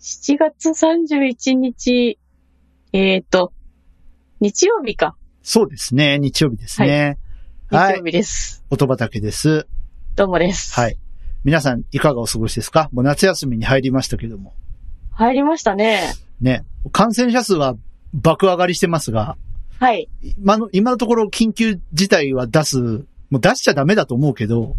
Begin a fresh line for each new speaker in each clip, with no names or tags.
7月31日、えっ、と、日曜日か。
そうですね。日曜日ですね。
日
はい。
曜日です。
音畑です。
どうもです。
はい。皆さん、いかがお過ごしですかもう夏休みに入りましたけども。
入りましたね。
ね。感染者数は爆上がりしてますが、
はい。
今の、今のところ緊急事態は出す、もう出しちゃダメだと思うけど、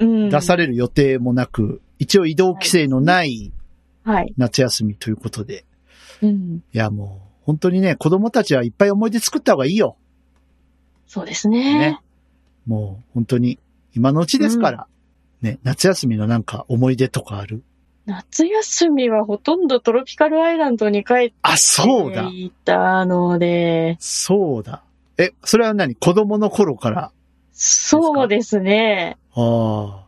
うん。
出される予定もなく、一応移動規制のない
はい。
夏休みということで。
うん。
いや、もう、本当にね、子供たちはいっぱい思い出作った方がいいよ。
そうですね。
ねもう本当に今のうちですから、ね、夏休みのなんか思い出とかある
夏休みはほとんどトロピカルアイランドに帰って
あ、そうだ。
いたので、
そうだ。え、それは何子供の頃から。
そうですね。
ああ。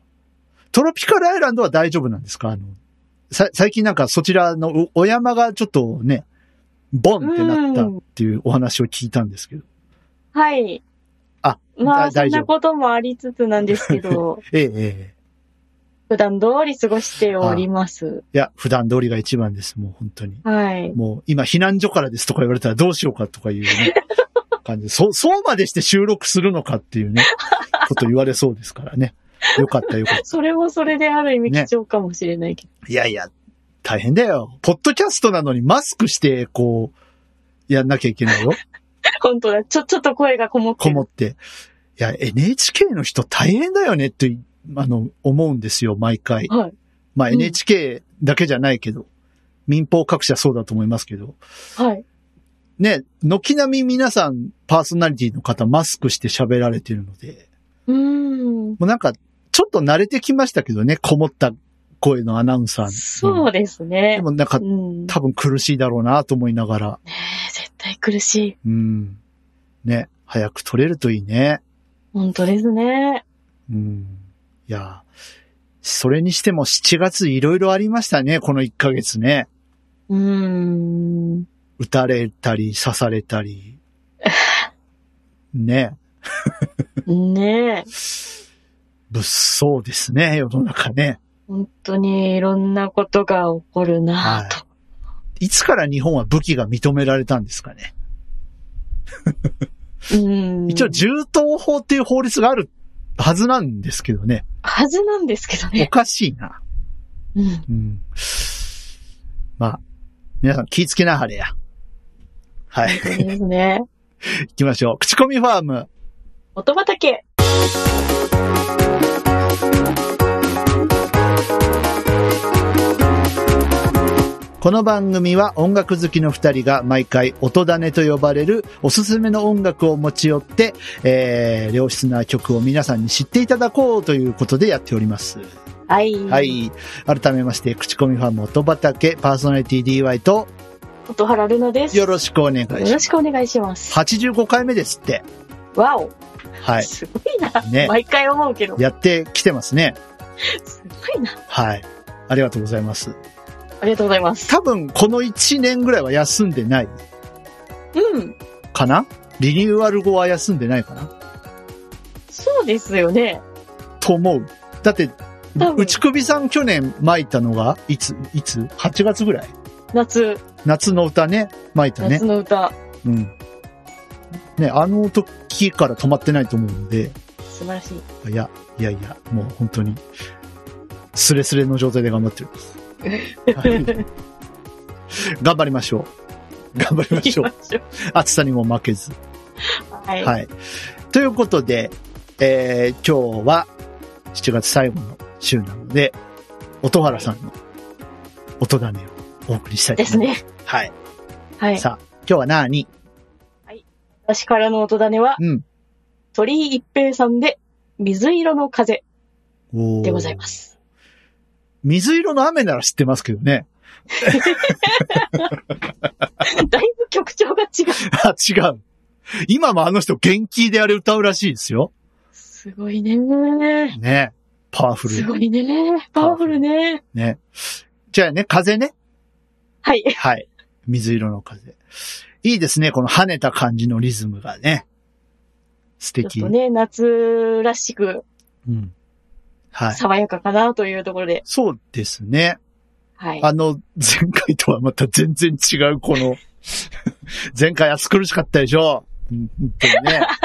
トロピカルアイランドは大丈夫なんですかあの、さ、最近なんかそちらのおお山がちょっとね、ボンってなったっていうお話を聞いたんですけど。
はい。
あ、
まあ、そ
だ
ん
大丈夫
なこともありつつなんですけ ど、
ええ、ええ。
普段通り過ごしております。
いや、普段通りが一番です。もう本当に。
はい。
もう今避難所からですとか言われたらどうしようかとかいう ね、感じで。そう、そうまでして収録するのかっ ていうね、こと言われそうですからね。よかったよかっ
それもそれである意味貴重かもしれないけど。
た。いやいや、大変だよ。ポッドキャストなのにマスクして、こう、やんなきゃいけないよ。
本当だ。ちょ、ちょっと声がこもって
こも
る。
って。いや、NHK の人大変だよねって、あの、思うんですよ、毎回。
はい。
まあ
うん
NHK だけじゃないけど、民放各社そうだと思いますけど。
はい。
ね、軒並み皆さんパーソナリティの方マスクして喋られてるので、
うーん。
もうなんかちょっと慣れてきましたけどね、こもった声のアナウンサーに。
そうです
で
ね。
もなんか
うん。ね
多分苦しいだろうなと思いながら、
え絶対苦しい。
うん。ね、早く取れるといいね。
本当ですね。
うん。いや、それにしても7月いろいろありましたね、この1ヶ月ね。
うーん。
撃たれたり、刺され たり。ね、
ねえ。
物騒ですね、世の中ね。
本当にいろんなことが起こるなぁと。
いつから日本は武器が認められたんですかね。
うん。
一応、銃刀法っていう法律があるはずなんですけどね。
はずなんですけど
お
ね。
かしいな。
うん。
うん。まあ、皆さん気ぃつけなはれや。 はい。
そうですね。
行きましょう。口コミファーム。
音畑。
この番組は音楽好きの二人が毎回音種と呼ばれるおすすめの音楽を持ち寄って、えー、良質な曲を皆さんに知っていただこうということでやっております。
はい。
は。い。改めまして、口コミファン元畑パーソナリティ DY と
音原ルナです。
よ
よ
ろしくお願いしま
ろ
す。
しくお願いします。
85回目ですって。
わお。
はい。
すごいな。
ね。
毎回思うけど。
やってきてますね。
すごいな。
はい。ありがとうございます。
ありがとうございます。
多分、この1年ぐらいは休んでない
うん。
かなリニューアル後は休んでないかな
そうですよね。
と思う。だって
多、分
内首さん去年巻いたのが、いつ、いつ ?8 月ぐらい
夏、
夏の歌ね、巻いたね
夏。の歌。
うん。ね、あの時から止まってないと思うので、
素晴らしい。
いや、いやいや、もう本当に、スレスレの状態で頑張ってる。はい、頑張りましょう。頑張りま
行き
しょ
ま
う。
しょう。
暑さにも負けず。
はい。
はい。ということで、えー、今日は7月最後の週なので、音原さんの音種をお送りしたいと
で
思います。
すね。
はい。
はい。
さあ、今日は何
私からの音種は、
うん。
鳥居一平さんで、水色の風
おー
でございます。
水色の雨なら知ってますけどね。
だいぶ曲調が違う。
あ、違う。今もあの人元気であれ歌うらしいですよ。
すごいね。
ね。パワフル
す
や
ごいね。パワフルね。
ね。じゃあね、風ね。
はい。
はい。水色の風。いいですね、この跳ねた感じのリズムがね。素
ちょっ
敵。
とね、夏らしく
うん。はい。
爽やかかなというところで。
そうですね。
はい。
あの、前回とはまた全然違う、この、 前回暑苦しかったでしょうん本当にね。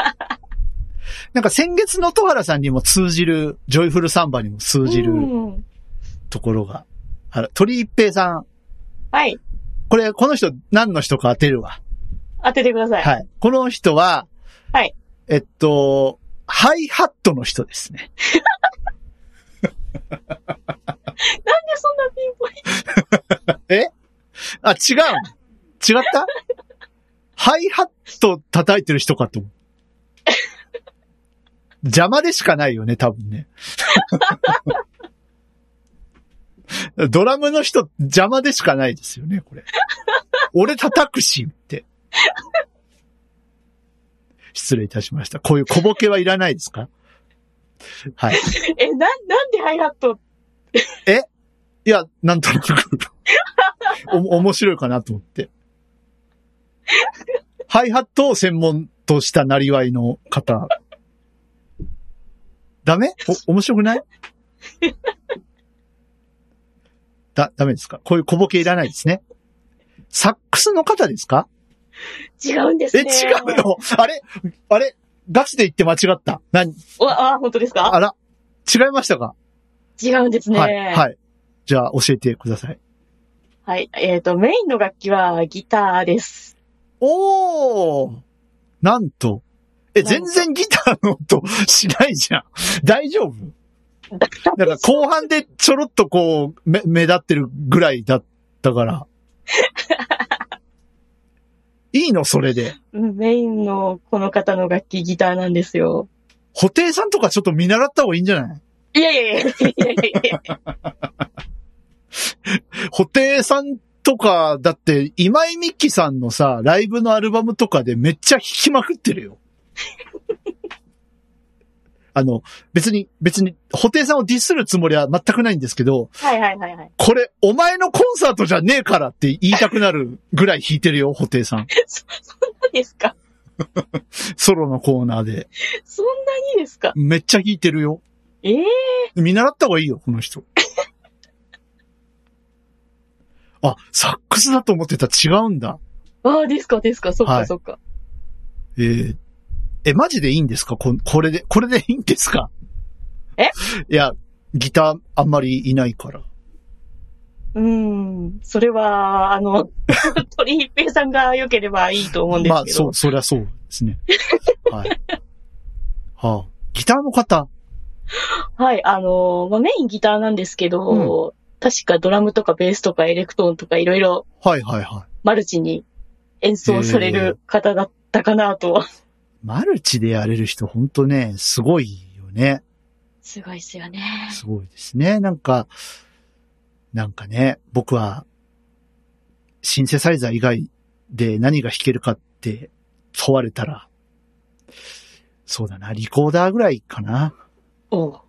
なんか先月の戸原さんにも通じる、ジョイフルサンバにも通じ
う
る
ん
ところが。あら、鳥一平さん。
はい。
これ、この人何の人か当てるわ。
当ててください。
はい。この人は、
はい。
えっと、ハイハットの人ですね。
なんでそんなピンポイント
あ、違う違った ハイハット叩いてる人かと思う。邪魔でしかないよね、多分ね。 ドラムの人邪魔でしかないですよね、これ。俺叩くしって。失礼いたしました。こういう小ボケはいらないですかはい。
え、な、なんでハイハット
いや、なんとなくお も、面白いかなと思って。ハイハットを専門としたなりわいの方。ダメお、面白くないだ、ダメですかこういう小ボケいらないですね。サックスの方ですか
違うんです
え、
ね。
違うのあれあれガチで言って間違った。な
おあ、本当ですか
あら違いましたか、
違うんですね。
はい。はい。じゃあ、教えてください。
はい。えっ、と、メインの楽器はギターです。
おーなんと。え、
なん
全
と
然ギターの音しないじゃん。 大丈夫
だ
なんか後半でちょろっとこう、め、目立ってるぐらいだっ たから。いいのそれで。
うんメインのこの方の楽器ギターなんですよ。
布袋さんとかちょっと見習った方がいいんじゃない
いやいやいやいやいやいや
布袋さんとか、だって今井美樹さんのさ、ライブのアルバムとかでめっちゃ弾きまくってるよ。 あの、別に、別に、布袋さんをディスるつもりは全くないんですけど、
はいはいはいはい。
これ、お前のコンサートじゃねえからって言いたくなるぐらい弾いてるよ、布袋さん。
そ、そんなですか
ソロのコーナーで。
そんなにですか
めっちゃ弾いてるよ。
ええ
見習った方がいいよ、この人。 あ、サックスだと思ってた。違うんだ。
ああ、ですかですかそっ
はい
かそっか。
えーえ、マジでいいんですかこんこれで、これでいいんですか
え
いや、ギターあんまりいないから。
うーん。それは、あ の、鳥一平さんが良ければいいと思うんで
ますあ、
けど。
そう、そりゃそうで すね。はい。はあ、ギターの方。
はい。あの、まあ、メインギターなんですけど、確かドラムとかベースとかエレクトーンとかいろいろ
はいはいはい。
マルチに演奏される方だったかなと。
マルチでやれる人、ほんとね、すごいよね。
すごいですよね。
すごいですね。なんか、なんかね、僕は、シンセサイザー以外で何が弾けるかって問われたら、そうだな、リコーダーぐらいかな。
お う。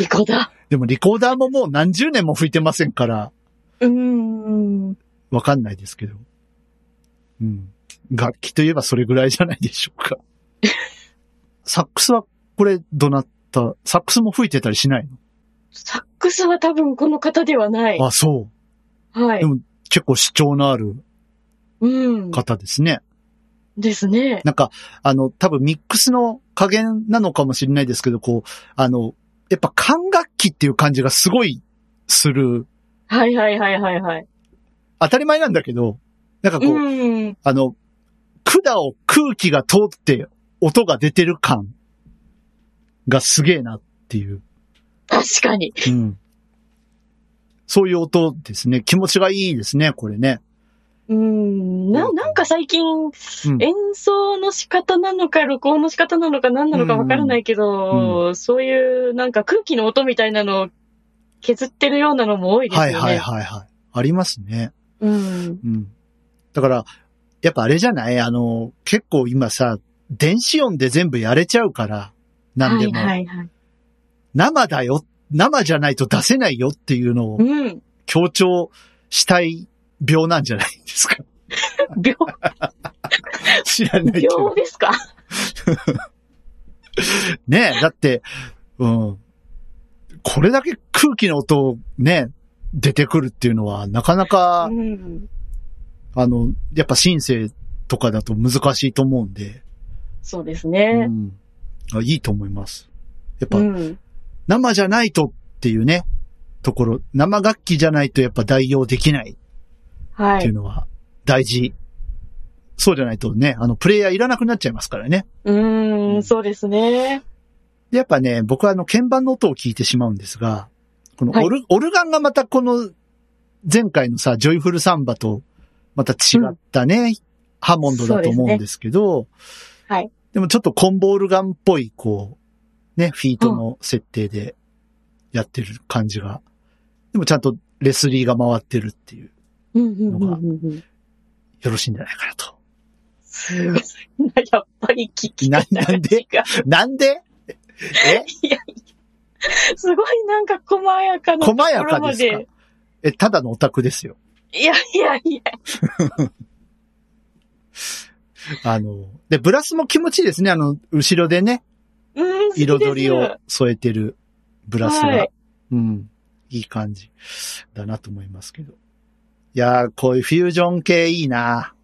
リコだ。
でもリコーダーももう何十年も吹いてませんから、
うーん。
わかんないですけど。うん。楽器といえばそれぐらいじゃないでしょ うか。サックスは、これ、どなった、サックスも吹いてたりしないの
サックスは多分この方ではない。
あ、そう。
はい
で。も結構主張のある
うん。
方ですね。
ですね。
なんか、あの、多分ミックスの加減なのかもしれないですけど、こう、あの、やっぱ管楽器っていう感じがすごいする。
はいはいはいはいはい。
当たり前なんだけど、なんかこう、
うん。
あの、管を空気が通って音が出てる感がすげえなっていう。
確かに。
うん。そういう音ですね。気持ちがいいですね、これね。
うーんな、なんか最近、
ん
演奏の仕方なのか、録音の仕方なのか、何なのかわからないけど、そういう、なんか空気の音みたいなのを削ってるようなのも多いですよ
はい
ね。
はいはいはい。ありますね。
うん。
うん。だから、やっぱあれじゃないあの、結構今さ、電子音で全部やれちゃうから、何でも。
はいはいはい。
生だよ。生じゃないと出せないよっていうのを
うん。
強調したい病なんじゃないですか。
秒、
知らないけ
秒
ど。
ですか
ねえ、だって、うん。これだけ空気の音をね、出てくるっていうのは、なかなか
う、ん。
あの、やっぱシンセとかだと難しいと思うんで、
そうです
う
ね。
ん、あいいと思います。やっぱ、
うん。
生じゃないとっていうね、ところ、生楽器じゃないとやっぱ代用できないっ
は
ていう
い。
のは大事。そうじゃないとね、あの、プレイヤーいらなくなっちゃいますからね。
うん、そうですね。
でやっぱね、僕はあの、鍵盤の音を聞いてしまうんですが、この
はい
オル、オルガンがまたこの、前回のさ、ジョイフルサンバと、また違ったね、ハモンドだと思うんですけど、
はい。
でもちょっとコンボオルガンっぽい、こう、ね、フィートの設定でやってる感じが。でもちゃんとレスリーが回ってるっていう、
うん、うん、うんうんうん。
よろしいんじゃないかなと。
すごいな。やっぱり聞き
な
た
なんで
が
なんでえ
いや、すごいなんか細やかなところ
細
まで。
やかですかえ、ただのオタクですよ。
いやいやいや。
あの、で、ブラスも気持ちいいですね。あの、後ろでね、
うん、
彩
好
り
き
を
で
添えてるブ
す
ラスが。
はい。
うん。いい感じだなと思いますけど。いやー、こういうフュージョン系いいな、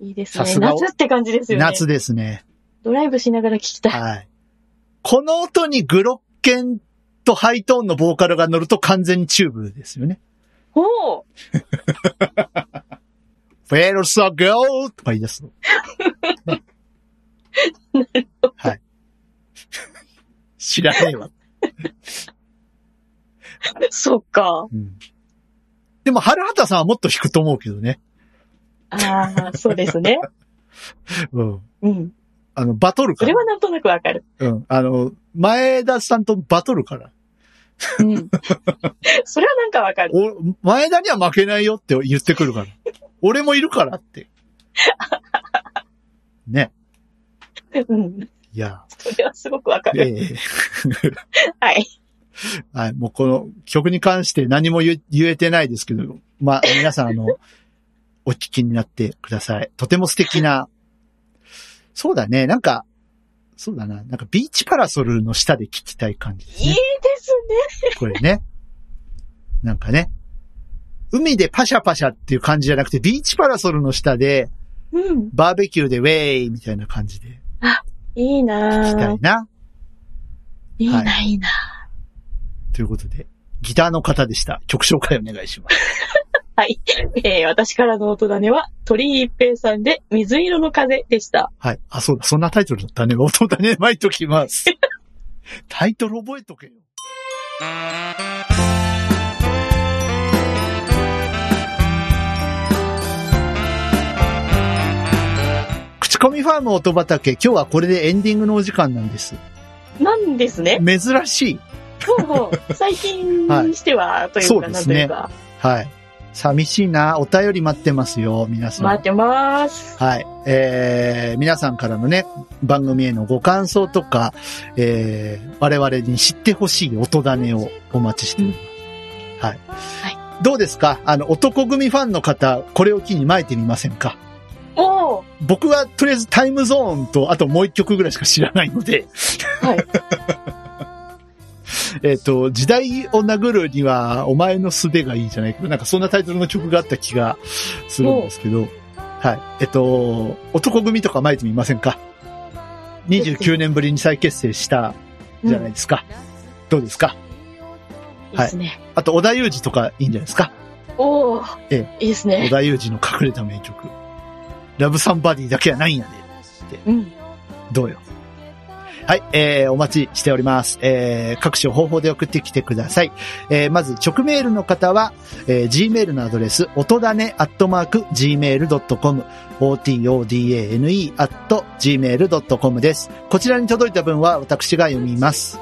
いいです
さ
ね。
すが
夏って感じですよね。
夏ですね。
ドライブしながら聞きたい。
はい。この音にグロッケンとハイトーンのボーカルが乗ると完全にチューブですよね。
おう
フェルサゴーとか言い 出すの。はい。知らないわ。
そっか。
うん。でも、春畑さんはもっと弾くと思うけどね。
ああ、そうですね。
うん。
うん。
あの、バトル
そ
か
れ
ら。
はなんとなくわかる。
うん。あの、前田さんとバトルから。
うん。それはなんかわかる。
お、前田には負けないよって言ってくるから。俺もいるからって。 ね。
うん。
いや。
それはすごくわか
え
る。
え
はい。
はい、もうこの曲に関して何も言え言えてないですけど、まあ皆さんあの、お聞きになってください。とても素敵な、そうだね、なんか、そうだな、なんかビーチパラソルの下で聞きたい感じです
いい
ね
で。す
これね。なんかね、海でパシャパシャっていう感じじゃなくて、ビーチパラソルの下で、
ね。うん。
バーベキューでウェーイみたいな感じで
いい
聞きた
ないぁ。
な。
いい
は
な、いいな。
ということで、ギターの方でした。曲紹介お願いします。
はい。えー、私からの音種は、鳥居一平さんで、水色の風でした。
はい。あ、そうだ。そんなタイトルだったね。音だね。巻いときます。タイトル覚えとけよ。口コミファーム音畑、今日はこれでエンディングのお時間なんです。
なんですね。
珍しい。
もう、最近にしては、という
そう
か、
で
なん
す
とい
ね
うか、
はい。寂しいな。お便り待ってますよ。皆さん。
待ってます。
はい。えー、皆さんからのね、番組へのご感想とか、えー、我々に知ってほしい音種をお待ちしております。はい。どうですかあの、男組ファンの方、これを機に巻いてみませんか
おー
僕はとりあえずタイムゾーンと、あともう一曲ぐらいしか知らないので。
はい。
えっと、時代を殴るにはお前の素手がいいじゃないけど、なんかそんなタイトルの曲があった気がするんですけど、はい。えっと、男組とか巻いてみませんか ?29 年ぶりに再結成したじゃないですか。どうですか
いいですね。
あと、小田裕二とかいいんじゃないですか
おー
え
いいです
小
ね。
田裕二の隠れた名曲。ラブサンバディだけはないんやで。
うん。
どうよ。はい、えー、お待ちしております。えー、各種方法で送ってきてください。えー、まず、直メールの方は、えー、gmail のアドレス、音だね、アットマーク、gmail.com、otodane、アット、gmail.com です。こちらに届いた文は、私が読みます。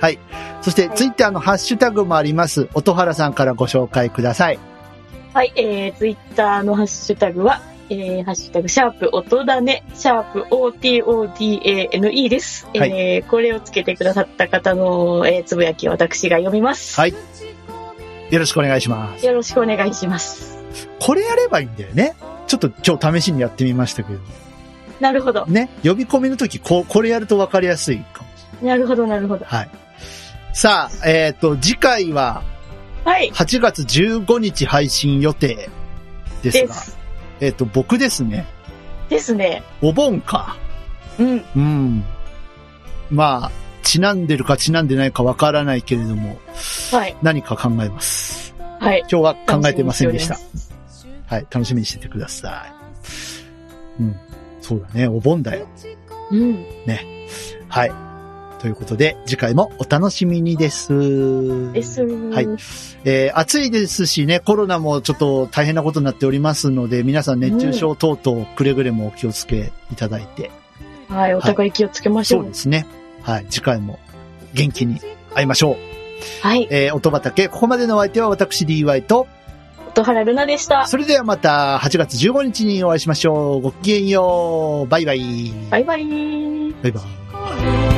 はい。そして、ツイッターのハッシュタグもあります。音原さんからご紹介ください。
はい、えー、ツイッターのハッシュタグは、えー、ハッシュタグ、シャープ、音だね、シャープ、OTODANE です。
はい
えー、これをつけてくださった方の、えー、つぶやきを私が読みます。
はいよろしくお願いします。
よろしくお願いします。
これやればいいんだよね。ちょっと今日試しにやってみましたけど。
なるほど。
ね、呼び込みの時、こう、これやると分かりやすいかもしれ
なるほど、なるほど。
ない。はい。さあ、えっ、と、次回は
はい。
8月15日配信予定です
で
が、
す。
えっ、と、僕ですね。
ですね。
お盆か。
うん。
うん。まあ、ちなんでるかちなんでないかわからないけれども、
はい。
何か考えます。
はい。
今日は考えてませんでした
楽。
はい、楽しみにしててください。うん。そうだね、お盆だよ。
うん。
はい。ということで、次回もお楽しみにです。
です。
はい。えー暑いですしね、コロナもちょっと大変なことになっておりますので、皆さん熱中症等々くれぐれもお気をつけいただいて。
はい。お互い気をつけましょ
そう
う
で。すね。はい。次回も元気に会いましょう。
はい。
えー、音畑、ここまでのお相手は私 DY と、
音原ルナでした。
それではまた8月15日にお会いしましょう。ごきげんよう。バイバイ。
バイバイ。
バイバイ。
Thank you.